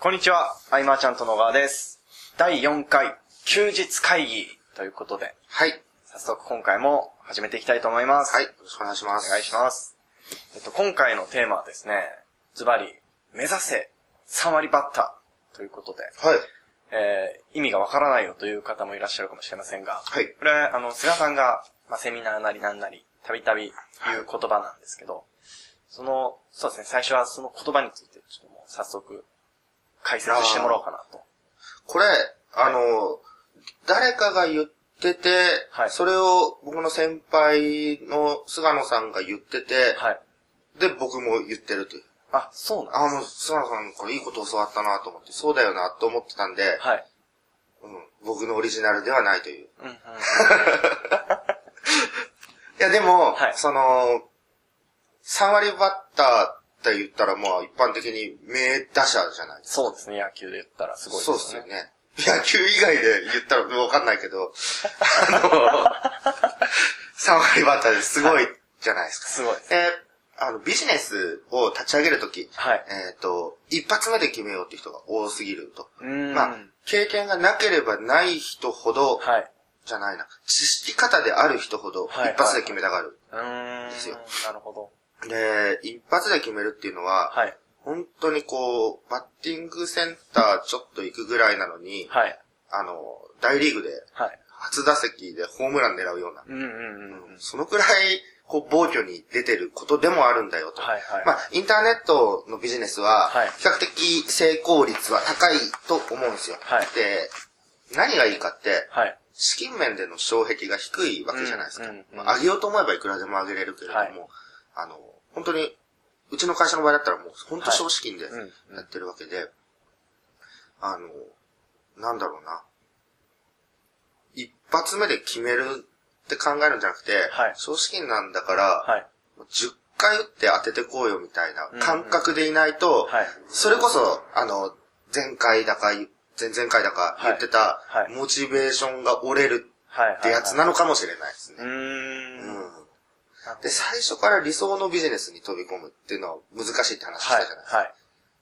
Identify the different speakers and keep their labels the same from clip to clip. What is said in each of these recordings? Speaker 1: こんにちは、アイマーちゃんと野川です。第4回、休日会議ということで、
Speaker 2: はい。はい。
Speaker 1: 早速今回も始めていきたいと思います。
Speaker 2: よろしくお願いしま
Speaker 1: お
Speaker 2: す。
Speaker 1: 願いします。えっと、今回のテーマはですね、ズバリ、目指せ、3割バッターということで、
Speaker 2: す。はい。
Speaker 1: えー、意味がわからないよという方もいらっしゃるかもしれませんが、
Speaker 2: はい。
Speaker 1: これ、あの、菅さんが、まあ、セミナーなりなんなり、たびたび言う言葉なんですけど、その、そうですね、最初はその言葉について、ちょっともう早速、解説してもらおうかなと。
Speaker 2: これ、あの、誰かが言ってて、
Speaker 1: はい
Speaker 2: それを僕の先輩の菅野さんが言ってて、
Speaker 1: はい。
Speaker 2: で、僕も言ってるという。
Speaker 1: あ、そうなん
Speaker 2: ああ、もう菅野さん、これいいこと教わったなと思って、そうだよなと思ってたんで、
Speaker 1: はい。
Speaker 2: うん、僕のオリジナルではないという。
Speaker 1: うんうん。
Speaker 2: いや、でも、
Speaker 1: はい
Speaker 2: その、3割バッターって言ったら、まあ、一般的に名打者じゃないですか。
Speaker 1: そうですね、野球で言ったらすごいです
Speaker 2: そう
Speaker 1: よ
Speaker 2: で
Speaker 1: ね。
Speaker 2: すよね。野球以外で言ったらわかんないけど、あの、3割バッターですごいじゃないですか。
Speaker 1: すごいです。
Speaker 2: えーあの、ビジネスを立ち上げるとき、
Speaker 1: はい。
Speaker 2: えっ、と、一発目で決めようって人が多すぎると。
Speaker 1: うーん。
Speaker 2: まあ、経験がなければない人ほど、
Speaker 1: はい。
Speaker 2: じゃないな、知識方である人ほど、
Speaker 1: はい
Speaker 2: 一発で決めたがる。
Speaker 1: うーん。
Speaker 2: ですよ
Speaker 1: なるほど。
Speaker 2: で、一発で決めるっていうのは、
Speaker 1: はい。
Speaker 2: 本当にこう、バッティングセンターちょっと行くぐらいなのに、
Speaker 1: はい。
Speaker 2: あの、大リーグで、
Speaker 1: はい。
Speaker 2: 初打席でホームラン狙うような、
Speaker 1: うんうんうん。
Speaker 2: そのくらい、こう、暴挙に出てることでもあるんだよと。
Speaker 1: はいはい。
Speaker 2: まあ、インターネットのビジネスは
Speaker 1: はい、
Speaker 2: 比較的成功率は高いと思うんですよ。
Speaker 1: はい
Speaker 2: で、何がいいかって、
Speaker 1: はい。
Speaker 2: 資金面での障壁が低いわけじゃないですか。
Speaker 1: うんうんうん
Speaker 2: まあ上げようと思えばいくらでも上げれるけれども、
Speaker 1: はい
Speaker 2: あの、本当に、うちの会社の場合だったらもう本当少資金でや
Speaker 1: うんうん
Speaker 2: ってるわけで、あの、なんだろうな。一発目で決めるって考えるんじゃなくて、
Speaker 1: はい
Speaker 2: 少資金なんだから、
Speaker 1: はい。
Speaker 2: 10回打って当ててこうよみたいな感覚でいないと、
Speaker 1: はい。
Speaker 2: それこそ、あの、前回だか、前々回だか言ってた
Speaker 1: はいはい、
Speaker 2: モチベーションが折れる
Speaker 1: はい。
Speaker 2: ってやつなのかもしれないです
Speaker 1: う
Speaker 2: ね。
Speaker 1: ーん。な
Speaker 2: う
Speaker 1: る
Speaker 2: ん。
Speaker 1: ほど
Speaker 2: で、最初から理想のビジネスに飛び込むっていうのは難しいって話したじ
Speaker 1: は
Speaker 2: ゃないいですか。。
Speaker 1: はい。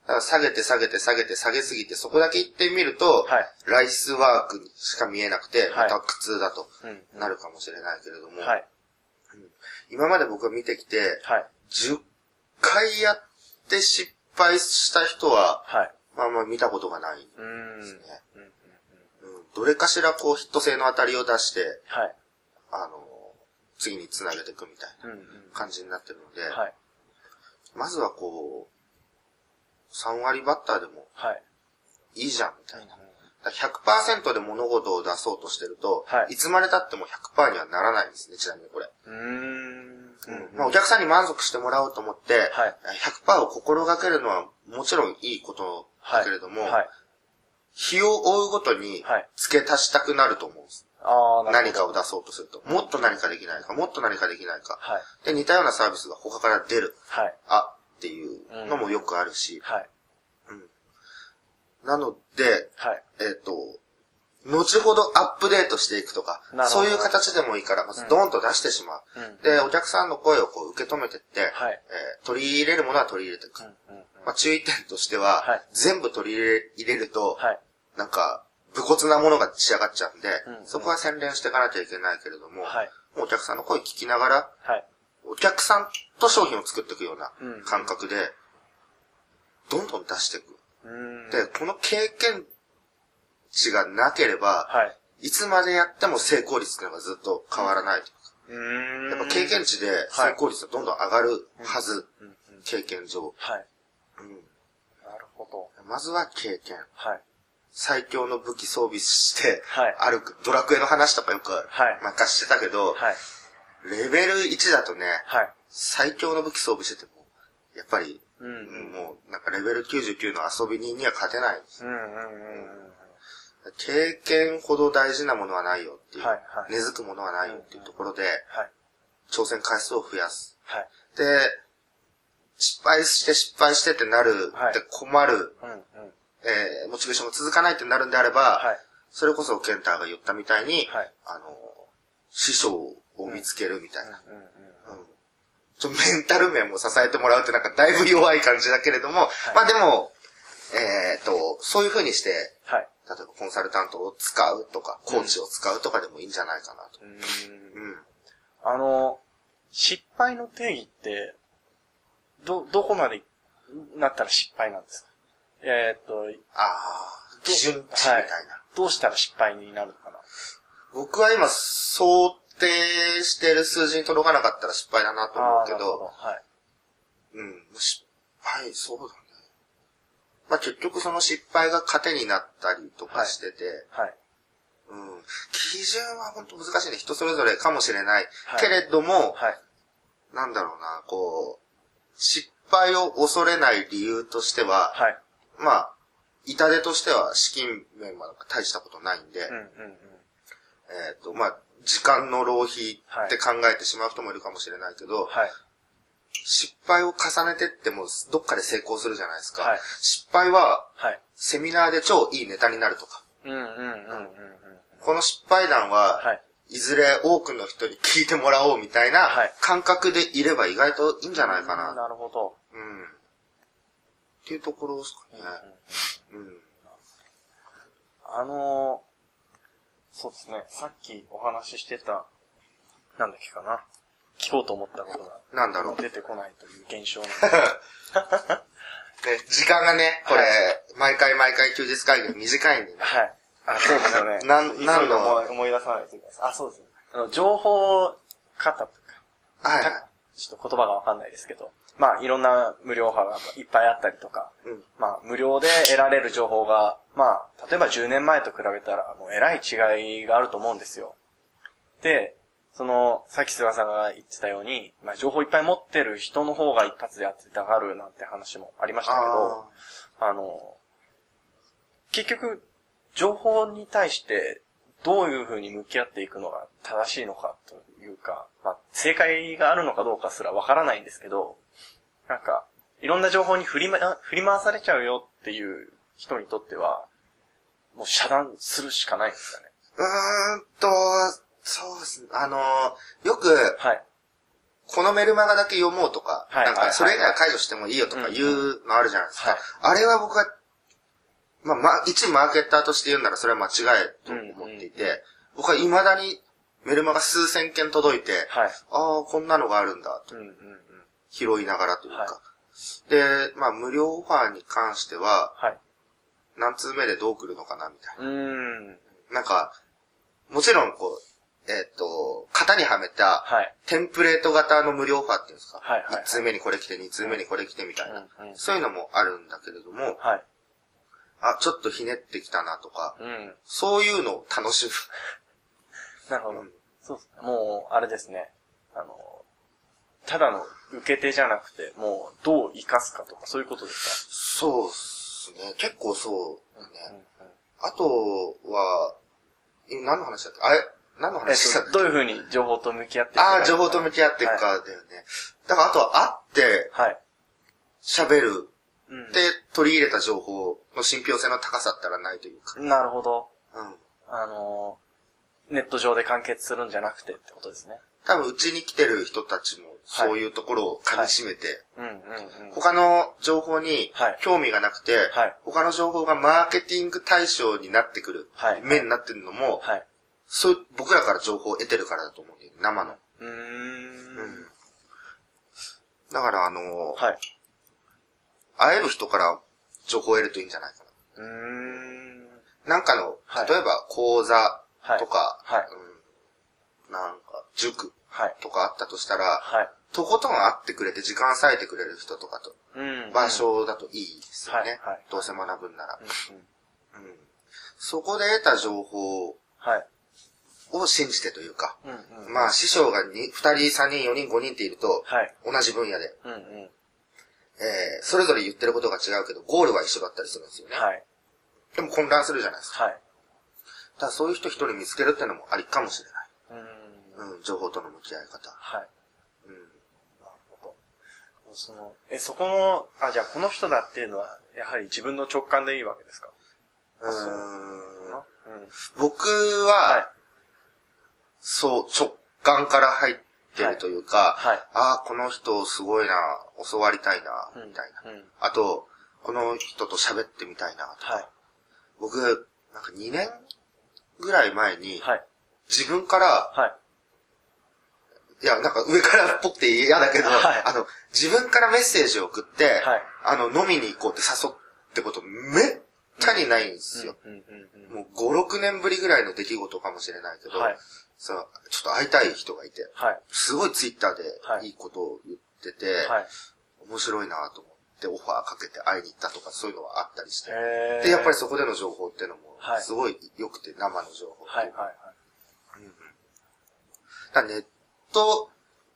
Speaker 2: だから下げて下げて下げて下げすぎて、そこだけ行ってみると、
Speaker 1: はい
Speaker 2: ライスワークにしか見えなくて
Speaker 1: い、
Speaker 2: また苦痛だと
Speaker 1: うん
Speaker 2: なるかもしれないけれども、
Speaker 1: はい。
Speaker 2: 今まで僕が見てきて、
Speaker 1: はい。
Speaker 2: 10回やって失敗した人は、
Speaker 1: はい。
Speaker 2: まあまあ見たことがないね。
Speaker 1: うーん。うんうん
Speaker 2: うん、どれかしらこうヒット性の当たりを出して、
Speaker 1: はい。
Speaker 2: あの、次に繋げていくみたい
Speaker 1: うんうん。
Speaker 2: な感じになってるので、
Speaker 1: はい。
Speaker 2: まずはこう、3割バッターでも
Speaker 1: はい。
Speaker 2: いいじゃんみたいな。
Speaker 1: うん
Speaker 2: だから100%で物事を出そうとしてると、
Speaker 1: はい
Speaker 2: い、つまで経っても100%にはならないんですね、ちなみにこれ。
Speaker 1: うーん。
Speaker 2: まあ、お客さんに満足してもらおうと思って、
Speaker 1: はい
Speaker 2: 100%を心がけるのはもちろんいいことだけれども、
Speaker 1: はい。
Speaker 2: 日を追うごとに
Speaker 1: はい
Speaker 2: 付け足したくなると思うんです。
Speaker 1: ああ、なる
Speaker 2: 何
Speaker 1: ほど。
Speaker 2: かを出そうとすると。もっと何かできないか、もっと何かできないか。
Speaker 1: はい。
Speaker 2: で、似たようなサービスが他から出る。
Speaker 1: はい。
Speaker 2: あ、っていうのもよくあるし。
Speaker 1: はい。
Speaker 2: なので、
Speaker 1: はい。
Speaker 2: えっ、と、後ほどアップデートしていくとか
Speaker 1: な、るほど
Speaker 2: そういう形でもいいから、まずドーンと出してしまう。
Speaker 1: うんうん
Speaker 2: で、お客さんの声をこう受け止めてって、
Speaker 1: はい
Speaker 2: えー取り入れるものは取り入れていく。
Speaker 1: うんうんうん
Speaker 2: まあ、注意点としては、
Speaker 1: はい
Speaker 2: 全部取り入れ入れると、
Speaker 1: はい。
Speaker 2: なんか、武骨なものが仕上がっちゃうんで、
Speaker 1: うんうん
Speaker 2: そこは洗練していかなきゃいけないけれども、
Speaker 1: はい。
Speaker 2: もうお客さんの声聞きながら、
Speaker 1: はい。
Speaker 2: お客さんと商品を作っていくような
Speaker 1: うん
Speaker 2: 感覚で、どんどん出していく。
Speaker 1: うーん。
Speaker 2: で、この経験値がなければ、
Speaker 1: はい。
Speaker 2: いつまでやっても成功率っていうのがずっと変わらないと
Speaker 1: うーん。
Speaker 2: やっぱ経験値で成功率がどんどん上がるはず。
Speaker 1: うんうん。
Speaker 2: 経験上。
Speaker 1: はい。
Speaker 2: うん
Speaker 1: なるほど。
Speaker 2: まずは経験。
Speaker 1: はい。
Speaker 2: 最強の武器装備して
Speaker 1: はい、
Speaker 2: 歩く。ドラクエの話とかよく、
Speaker 1: はい
Speaker 2: なんかしてたけど、
Speaker 1: はい。
Speaker 2: レベル1だとね、
Speaker 1: はい。
Speaker 2: 最強の武器装備してても、やっぱり、
Speaker 1: うんうん
Speaker 2: もう、なんかレベル99の遊び人には勝てない。
Speaker 1: うんうんうんうん。
Speaker 2: 経験ほど大事なものはないよっていう。
Speaker 1: はいはい
Speaker 2: 根付くものはないよっていうところで、
Speaker 1: はい。
Speaker 2: 挑戦回数を増やす。
Speaker 1: はい。
Speaker 2: で、失敗して失敗してってなる
Speaker 1: はい
Speaker 2: って困る、
Speaker 1: うんうん。
Speaker 2: えー、モチベーションが続かないってなるんであれば、
Speaker 1: はい。
Speaker 2: それこそケンターが言ったみたいに、
Speaker 1: はい
Speaker 2: あの、師匠を見つけるみたいな。
Speaker 1: うんうんうん。
Speaker 2: うんちょメンタル面も支えてもらうってなんかだいぶ弱い感じだけれども、まあでも、えっ、と、そういう風にして、
Speaker 1: はい。
Speaker 2: 例えばコンサルタントを使うとか、コーチを使うとかでもいいんじゃないかなと。うん。
Speaker 1: あの、失敗の定義って、ど、どこまでなったら失敗なんですかえーっと、
Speaker 2: ああ、基準値みたいな。
Speaker 1: はいどうしたら失敗になるのかな
Speaker 2: 僕は今、想定してる数字に届かなかったら失敗だなと思うけど、
Speaker 1: はい。
Speaker 2: うん、失敗、そうだね。まあ、結局その失敗が糧になったりとかしてて、
Speaker 1: はい。
Speaker 2: うん、基準は本当難しいね。人それぞれかもしれない。
Speaker 1: はい
Speaker 2: けれども、
Speaker 1: はい。
Speaker 2: なんだろうな、こう、失敗を恐れない理由としては、
Speaker 1: はい。
Speaker 2: まあ、痛手としては資金面は大したことないんで、
Speaker 1: うんうんうん。
Speaker 2: えっ、と、まあ、時間の浪費って考えてしまう人もいるかもしれないけど、
Speaker 1: はい。
Speaker 2: 失敗を重ねてってもどっかで成功するじゃないですか。
Speaker 1: はい
Speaker 2: 失敗は
Speaker 1: はい。
Speaker 2: セミナーで超いいネタになるとか。
Speaker 1: うんうんうんうんうん。
Speaker 2: この失敗談は、
Speaker 1: はい。
Speaker 2: いずれ多くの人に聞いてもらおうみたいな
Speaker 1: はい
Speaker 2: 感覚でいれば意外といいんじゃないかな。
Speaker 1: なるほど。
Speaker 2: うん。っていうところです
Speaker 1: う
Speaker 2: か
Speaker 1: ん
Speaker 2: ね
Speaker 1: うん。
Speaker 2: うん。
Speaker 1: あのー、そうですね。さっきお話ししてた、なんだっけかな。聞こうと思ったことが
Speaker 2: なんだろう。ね、
Speaker 1: 出てこないという現象の。
Speaker 2: 時間がね、これ、
Speaker 1: はい
Speaker 2: 毎回毎回休日会議短いんでね。
Speaker 1: はい。あ、そうですよね。
Speaker 2: なんなんの
Speaker 1: 思い思い出さないといけないです。あ、そうですね。あの、情報型とか、
Speaker 2: はいはい。
Speaker 1: ちょっと言葉がわかんないですけど、まあ、いろんな無料派がいっぱいあったりとか、
Speaker 2: うん。
Speaker 1: まあ、無料で得られる情報が、まあ、例えば10年前と比べたら、もうえらい違いがあると思うんですよ。で、その、さっき菅さんが言ってたように、まあ、情報いっぱい持ってる人の方が一発で当てたがるなんて話もありましたけど、
Speaker 2: あ
Speaker 1: あの、結局、情報に対して、どういうふうに向き合っていくのが正しいのかというか、まあ、正解があるのかどうかすらわからないんですけど、なんか、いろんな情報に振り,、ま、振り回されちゃうよっていう人にとっては、もう遮断するしかないんですかね。
Speaker 2: ーうーんと、そうですね。あのーよく、
Speaker 1: はい。
Speaker 2: このメルマガだけ読もうとか、
Speaker 1: はい
Speaker 2: なん
Speaker 1: はいは
Speaker 2: か
Speaker 1: い
Speaker 2: それ以外は解除してもいいよとか言うのあるじゃないですか。
Speaker 1: はい
Speaker 2: あれは僕は、まあ、まあ、一マーケッターとして言うならそれは間違いと思っていて、
Speaker 1: うんうん
Speaker 2: 僕は未だにメルマガ数千件届いて、
Speaker 1: はい。
Speaker 2: ああ、こんなのがあるんだと
Speaker 1: うんうんうん。
Speaker 2: 拾いながらというか。
Speaker 1: は
Speaker 2: で、まあ、無料オファーに関しては、
Speaker 1: はい。
Speaker 2: 何通目でどう来るのかなみたいな。
Speaker 1: うーん。
Speaker 2: なんか、もちろんこう、えっ、と、型にはめた、
Speaker 1: はい。
Speaker 2: テンプレート型の無料オファーっていうんですか。
Speaker 1: はいはいはい
Speaker 2: 1通目にこれ来て、2通目にこれ来てみたいな。
Speaker 1: うんうん
Speaker 2: そういうのもあるんだけれども、
Speaker 1: はい。
Speaker 2: あ、ちょっとひねってきたなとか、
Speaker 1: うん。
Speaker 2: そういうのを楽しむ。
Speaker 1: なるほど。
Speaker 2: うん
Speaker 1: そうですね。もう、あれですね。あの、ただの受け手じゃなくて、もう、どう生かすかとか、そういうことです
Speaker 2: そうっすね。結構そうだね。
Speaker 1: か、うんうん
Speaker 2: あとは、え何の話だっけあれ何の
Speaker 1: え
Speaker 2: 話だっ
Speaker 1: っ
Speaker 2: け、
Speaker 1: と、どういうふうに情報と向き合っていく
Speaker 2: ああ、情報と
Speaker 1: 向
Speaker 2: 向き合っていくかだよね。だからあとは会って
Speaker 1: はい。
Speaker 2: 喋る
Speaker 1: うん
Speaker 2: で、取り入れた情報の信憑性の高さったらないというか。
Speaker 1: なるほど。
Speaker 2: うん。
Speaker 1: あの、ネット上で完結するんじゃなくてってことですね。
Speaker 2: 多分、うちに来てる人たちも、そういうところを噛み締めて、
Speaker 1: うんうんうん。
Speaker 2: 他の情報に
Speaker 1: はい
Speaker 2: 興味がなくて、
Speaker 1: はい
Speaker 2: 他の情報がマーケティング対象になってくる、
Speaker 1: はい
Speaker 2: 面になってるのも、
Speaker 1: はい。
Speaker 2: そう、僕らから情報を得てるからだと思うんだよね、生の。
Speaker 1: うーん。
Speaker 2: うんだから、あの、
Speaker 1: はい。
Speaker 2: 会える人から情報を得るといいんじゃないかな。
Speaker 1: うーん。
Speaker 2: なんかの
Speaker 1: はい、
Speaker 2: 例えば講座とか、
Speaker 1: はいはい
Speaker 2: うんなんか塾
Speaker 1: はい。
Speaker 2: とかあったとしたら、
Speaker 1: はい。
Speaker 2: とことん会ってくれて時間割いてくれる人とかと、
Speaker 1: うん。
Speaker 2: 場所だといいですよね。
Speaker 1: はいはい
Speaker 2: どうせ学ぶんなら、
Speaker 1: うんうん。
Speaker 2: うんそこで得た情報
Speaker 1: はい。
Speaker 2: を信じてというか、
Speaker 1: うんうん。
Speaker 2: まあ師匠が 2, 二人、3人、4人、5人っていると、
Speaker 1: はい。
Speaker 2: 同じ分野で、
Speaker 1: うんうん。
Speaker 2: えーそれぞれ言ってることが違うけど、ゴールは一緒だったりするんですよね。
Speaker 1: はい。
Speaker 2: でも混乱するじゃないですか。
Speaker 1: はい。
Speaker 2: だからそういう人一人見つけるっていうのもありかもしれな
Speaker 1: うーん。
Speaker 2: い。うん、情報との向き合い方。
Speaker 1: はい。
Speaker 2: うん
Speaker 1: なるほど。その、え、そこの、あ、じゃあこの人だっていうのは、やはり自分の直感でいいわけですか
Speaker 2: う
Speaker 1: そう
Speaker 2: ーん
Speaker 1: うん。
Speaker 2: 僕
Speaker 1: はい
Speaker 2: は、。そう、直感から入ってるというか、
Speaker 1: はい。
Speaker 2: ああ、この人すごいな、教わりたいな、みたいな。
Speaker 1: うん。
Speaker 2: あと、この人と喋ってみたいなと。
Speaker 1: はい。
Speaker 2: 僕、なんか2年ぐらい前に、
Speaker 1: はい。
Speaker 2: 自分から、
Speaker 1: はい。
Speaker 2: いや、なんか上からっぽくて嫌だけど、
Speaker 1: はい
Speaker 2: あの、自分からメッセージを送って、
Speaker 1: はい
Speaker 2: あの、飲みに行こうって誘ってことめったにないんですよ。
Speaker 1: うんうんうんうん。
Speaker 2: もう5、6年ぶりぐらいの出来事かもしれないけど、
Speaker 1: はい。
Speaker 2: さ、ちょっと会いたい人がいて、
Speaker 1: はい。
Speaker 2: すごいツイッター
Speaker 1: は
Speaker 2: で
Speaker 1: い
Speaker 2: いいことを言ってて、
Speaker 1: はい。
Speaker 2: 面白いなと思ってオファーかけて会いに行ったとかそういうのはあったりして。
Speaker 1: へー
Speaker 2: で、やっぱりそこでの情報っていうのも
Speaker 1: は、い
Speaker 2: すごい良くて、生の情報。
Speaker 1: はい。はい。はい。
Speaker 2: だからネット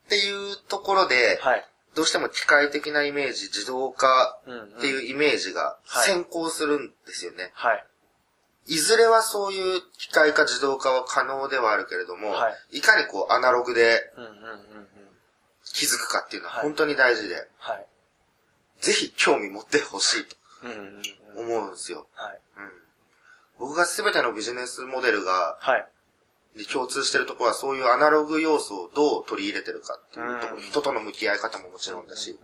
Speaker 2: っていうところで、
Speaker 1: はい。
Speaker 2: どうしても機械的なイメージ、自動化
Speaker 1: うん、うん。。
Speaker 2: っていううイメージが
Speaker 1: はい
Speaker 2: 先行するんですよね。
Speaker 1: はい。
Speaker 2: いずれはそういう機械化自動化は可能ではあるけれども、、
Speaker 1: はい
Speaker 2: かにこうアナログで
Speaker 1: うんうんうんうん。
Speaker 2: 気づくかっていうのは
Speaker 1: はい
Speaker 2: 本当に大事で、
Speaker 1: はい。
Speaker 2: ぜひ興味持ってほしいと
Speaker 1: うんうんうん。
Speaker 2: 思うんですよ。
Speaker 1: はい。
Speaker 2: うん、僕が全てのビジネスモデルが
Speaker 1: はい。
Speaker 2: に共通してるところはそういうアナログ要素をどう取り入れてるかっていうところ、
Speaker 1: うん
Speaker 2: 人との向き合い方ももちろんだし、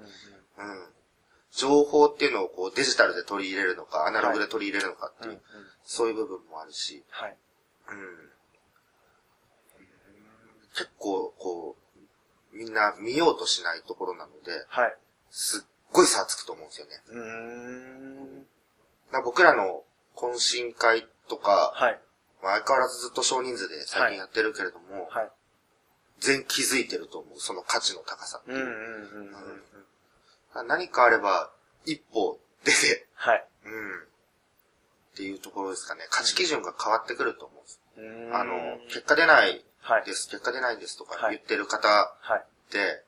Speaker 1: うんうんうん
Speaker 2: うん、情報っていうのをこうデジタルで取り入れるのか、アナログで取り入れるのかっていう、
Speaker 1: うんうん
Speaker 2: そういう部分もあるし、
Speaker 1: はい。
Speaker 2: うん、結構こう、みんな見ようとしないところなので、
Speaker 1: はい。
Speaker 2: すっごい差つくと思うんですよね。
Speaker 1: うーん。
Speaker 2: まあ僕らの懇親会とか、
Speaker 1: はい。
Speaker 2: まあ相変わらずずっと少人数で最近やってるけれども、
Speaker 1: はい。
Speaker 2: 全員気づいてると思う、その価値の高さ。
Speaker 1: うんうんうんうんうん。
Speaker 2: 何かあれば、一歩出て、
Speaker 1: はい。
Speaker 2: うん。っていうところですかね。価値基準が変わってくると思うんです。
Speaker 1: うーん
Speaker 2: あの、結果出ない
Speaker 1: はい。
Speaker 2: です、結果出ないんですとか
Speaker 1: はい
Speaker 2: 言ってる方
Speaker 1: はい。
Speaker 2: って、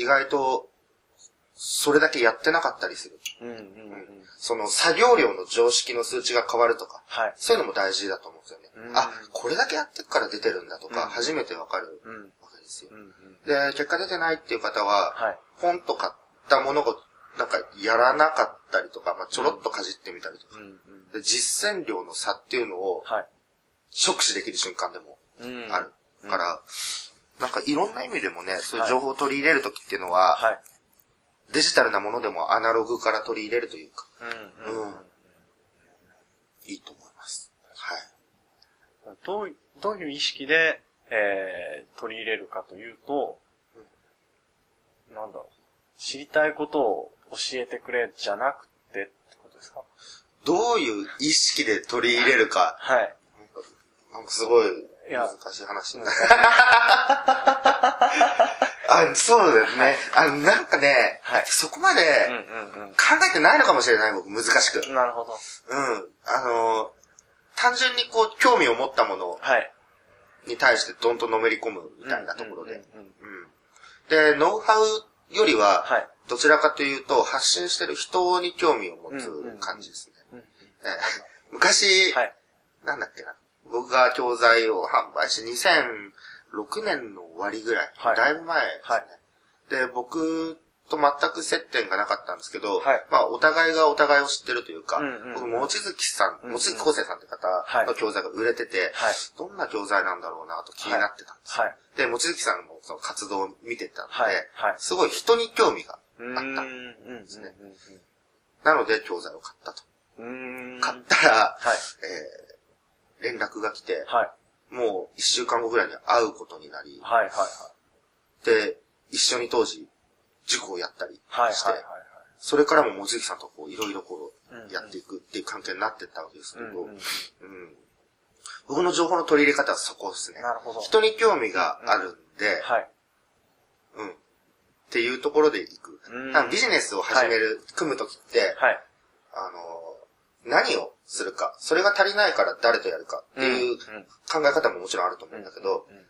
Speaker 2: 意外と、それだけやってなかったりする。
Speaker 1: うんうんうん。
Speaker 2: その作業量の常識の数値が変わるとか、
Speaker 1: はい。
Speaker 2: そういうのも大事だと思うんですよね
Speaker 1: う。ん
Speaker 2: あ、これだけやってくから出てるんだと
Speaker 1: う
Speaker 2: か、
Speaker 1: ん
Speaker 2: 初めてわかる
Speaker 1: うんうん
Speaker 2: わけですよ。
Speaker 1: うん。
Speaker 2: で、結果出てないっていう方は、
Speaker 1: はい。
Speaker 2: 本と買ったものが、なんか、やらなかったりとか、まあ、ちょろっとかじってみたりとか
Speaker 1: う、んうん。
Speaker 2: で実践量の差っていうのを、
Speaker 1: はい。
Speaker 2: 直視できる瞬間でも
Speaker 1: うん
Speaker 2: ある。から、なんか、いろんな意味でもね、そういう情報を取り入れるときっていうのは、
Speaker 1: はい。
Speaker 2: デジタルなものでもアナログから取り入れるというか、
Speaker 1: うんうん。
Speaker 2: いいと思います。はい。
Speaker 1: どうい、どういう意識で、えー、取り入れるかというと、なんだろう。知りたいことを教えてくれじゃなくてってことですか
Speaker 2: どういう意識で取り入れるか、
Speaker 1: はい。
Speaker 2: なんかすごい
Speaker 1: いや
Speaker 2: 難しい話になる。あ、そうですね。あの、なんかね、
Speaker 1: はい
Speaker 2: そこまで、
Speaker 1: うんうん
Speaker 2: 考えてないのかもしれない、僕、難しく。うん。
Speaker 1: うん。なるほど。
Speaker 2: あのー単純にこう、興味を持ったもの
Speaker 1: はい。
Speaker 2: に対してどんとのめり込むみたいなところで。
Speaker 1: うんうんうんうん
Speaker 2: うん。で、ノウハウよりは、
Speaker 1: はい。
Speaker 2: どちらかというと、発信してる人に興味を持つ感じですね。
Speaker 1: うんうん
Speaker 2: ええ昔、
Speaker 1: はい。
Speaker 2: なんだっけな。僕が教材を販売して、2006年の終わりぐらい。
Speaker 1: はい
Speaker 2: だいぶ前ですね。で、僕と全く接点がなかったんですけど、
Speaker 1: はい
Speaker 2: まあ、お互いがお互いを知ってるというか、
Speaker 1: うんうん
Speaker 2: 僕、望月さ、
Speaker 1: うんん
Speaker 2: 望月昴生さんって方の教材が売れてて、
Speaker 1: はい。
Speaker 2: どんな教材なんだろうなと気になってたんです。
Speaker 1: はい。
Speaker 2: で、望月さんのその活動を見てたので、
Speaker 1: はい。はい。
Speaker 2: すごい人に興味が。
Speaker 1: うーん
Speaker 2: あった
Speaker 1: うん
Speaker 2: すねなので、教材を買ったと。
Speaker 1: うんうん。
Speaker 2: 買ったら、
Speaker 1: はい。
Speaker 2: えー連絡が来て、
Speaker 1: はい。
Speaker 2: もう一週間後ぐらいに会うことになり、
Speaker 1: はい。はい。
Speaker 2: で、一緒に当時、塾をやったりして、
Speaker 1: はい。はい。はい。
Speaker 2: それからも望月さんとこう、いろいろこ
Speaker 1: うんうん
Speaker 2: う、やっていくっていう関係になってったわけですけ
Speaker 1: うん
Speaker 2: ど、
Speaker 1: うん
Speaker 2: うん僕の情報の取り入れ方はそこですね。
Speaker 1: なるほど。
Speaker 2: 人に興味があるんで、
Speaker 1: はい。
Speaker 2: うん。っていうところでいく
Speaker 1: うん。
Speaker 2: だからビジネスを始める、組むときって、
Speaker 1: はい。
Speaker 2: あの、何をするか、それが足りないから誰とやるかっていう考え方ももちろんあると思うんだけど、
Speaker 1: うん。うん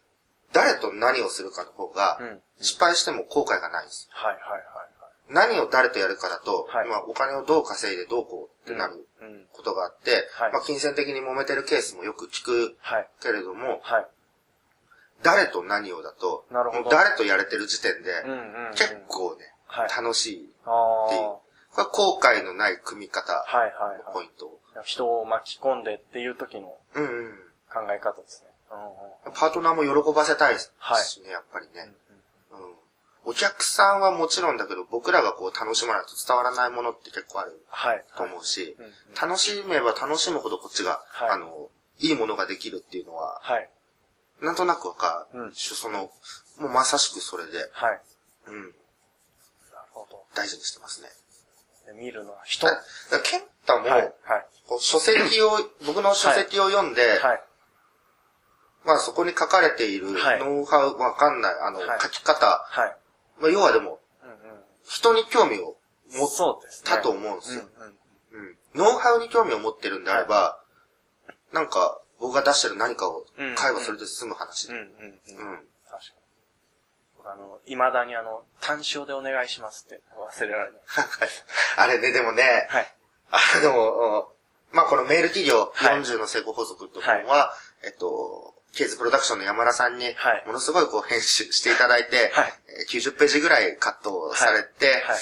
Speaker 2: 誰と何をするかの方が
Speaker 1: うん、
Speaker 2: 失敗しても後悔がないんですよ。
Speaker 1: はい。はい。はい。
Speaker 2: 何を誰とやるかだと、
Speaker 1: はい
Speaker 2: まあお金をどう稼いでどうこうってなる
Speaker 1: うんうん。
Speaker 2: ことがあって、
Speaker 1: はい
Speaker 2: まあ金銭的に揉めてるケースもよく聞く
Speaker 1: はい。
Speaker 2: けれども、
Speaker 1: はい。
Speaker 2: 誰と何をだと、
Speaker 1: なるほど
Speaker 2: もう誰とやれてる時点で、
Speaker 1: うんうんうん。
Speaker 2: 結構ね、
Speaker 1: はい
Speaker 2: 楽しい。
Speaker 1: ああ。
Speaker 2: っていうこれは後悔のない組み方
Speaker 1: はいはい
Speaker 2: の
Speaker 1: は
Speaker 2: ポ
Speaker 1: い
Speaker 2: イント。。
Speaker 1: 人を巻き込んでっていう時の
Speaker 2: うんうん。
Speaker 1: 考え方ですね。うんうん
Speaker 2: パートナーも喜ばせたいしね、
Speaker 1: はい
Speaker 2: やっぱりね。うん。お客さんはもちろんだけど、僕らがこう楽しまないと伝わらないものって結構ある
Speaker 1: はい。
Speaker 2: と思うし、
Speaker 1: うんうん
Speaker 2: 楽しめば楽しむほどこっちが、
Speaker 1: はい
Speaker 2: あの、いいものができるっていうのは、
Speaker 1: はい。
Speaker 2: なんとなくわかる、
Speaker 1: うん
Speaker 2: その、もうまさしくそれで、
Speaker 1: はい。
Speaker 2: うん、
Speaker 1: なるほど
Speaker 2: 大事にしてますね。。
Speaker 1: で見るのは人。
Speaker 2: だ
Speaker 1: は
Speaker 2: だからケンタも、
Speaker 1: い。はい。
Speaker 2: こう書籍を、 僕の書籍を読んで、
Speaker 1: はい。
Speaker 2: まあそこに書かれている
Speaker 1: はい
Speaker 2: ノウハウ、わかんない、あの、
Speaker 1: はい
Speaker 2: 書き方、
Speaker 1: はい。
Speaker 2: まあ要はでも、
Speaker 1: うんうん。
Speaker 2: 人に興味を持っ
Speaker 1: そうですね。
Speaker 2: たと思うんですよ。
Speaker 1: うんうん。
Speaker 2: うんノウハウに興味を持ってるんであれば、なんか、僕が出してる何かを
Speaker 1: うん
Speaker 2: 買えばそれで済む話
Speaker 1: う
Speaker 2: で。
Speaker 1: んうん
Speaker 2: う
Speaker 1: うん。
Speaker 2: ん。
Speaker 1: 確かに。僕あの、未だにあの、単勝でお願いしますって忘れられない。
Speaker 2: あれね、でもね、
Speaker 1: はい。
Speaker 2: あの、まあ、このメール企業
Speaker 1: はい
Speaker 2: 40の成功法則って本は、えっと、ケーズプロダクションの山田さんに
Speaker 1: はい、
Speaker 2: ものすごいこう編集していただいて、
Speaker 1: はい
Speaker 2: えー90ページぐらいカットされて、
Speaker 1: はい。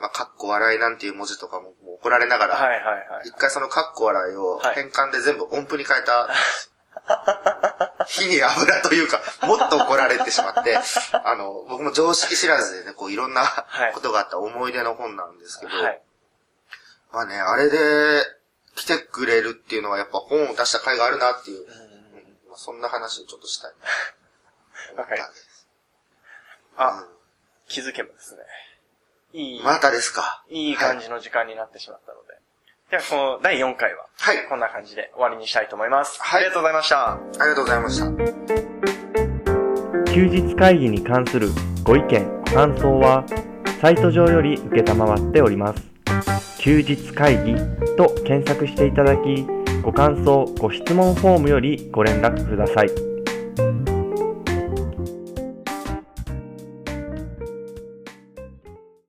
Speaker 2: まあ、かっこ笑いなんていう文字とかももう怒られながら、
Speaker 1: はいはいはい
Speaker 2: 一。回そのカッコ笑いを
Speaker 1: はい
Speaker 2: 変換で全部音符に変えた、火に油というか、もっと怒られてしまって、 あの、僕も常識知らずでね、こういろんな
Speaker 1: はい
Speaker 2: ことがあった思い出の本なんですけど、
Speaker 1: はい。
Speaker 2: まあね、あれで来てくれるっていうのはやっぱ本を出した甲斐があるなっていう、まあ、そんな話をちょっとしたいな。
Speaker 1: わかりまあ、気づけばですね。い
Speaker 2: うん
Speaker 1: い、
Speaker 2: またですか。
Speaker 1: いい感じの時間になってしまったので。では、この第4回は、
Speaker 2: はい。
Speaker 1: こんな感じで終わりにしたいと思います。
Speaker 2: は
Speaker 1: あ
Speaker 2: い
Speaker 1: りがとうございました。
Speaker 2: ありがとうございました。
Speaker 1: 休日会議に関するご意見、ご感想は、サイト上より受けたまわっております。休日会議と検索していただき、ご感想、ご質問フォームよりご連絡ください。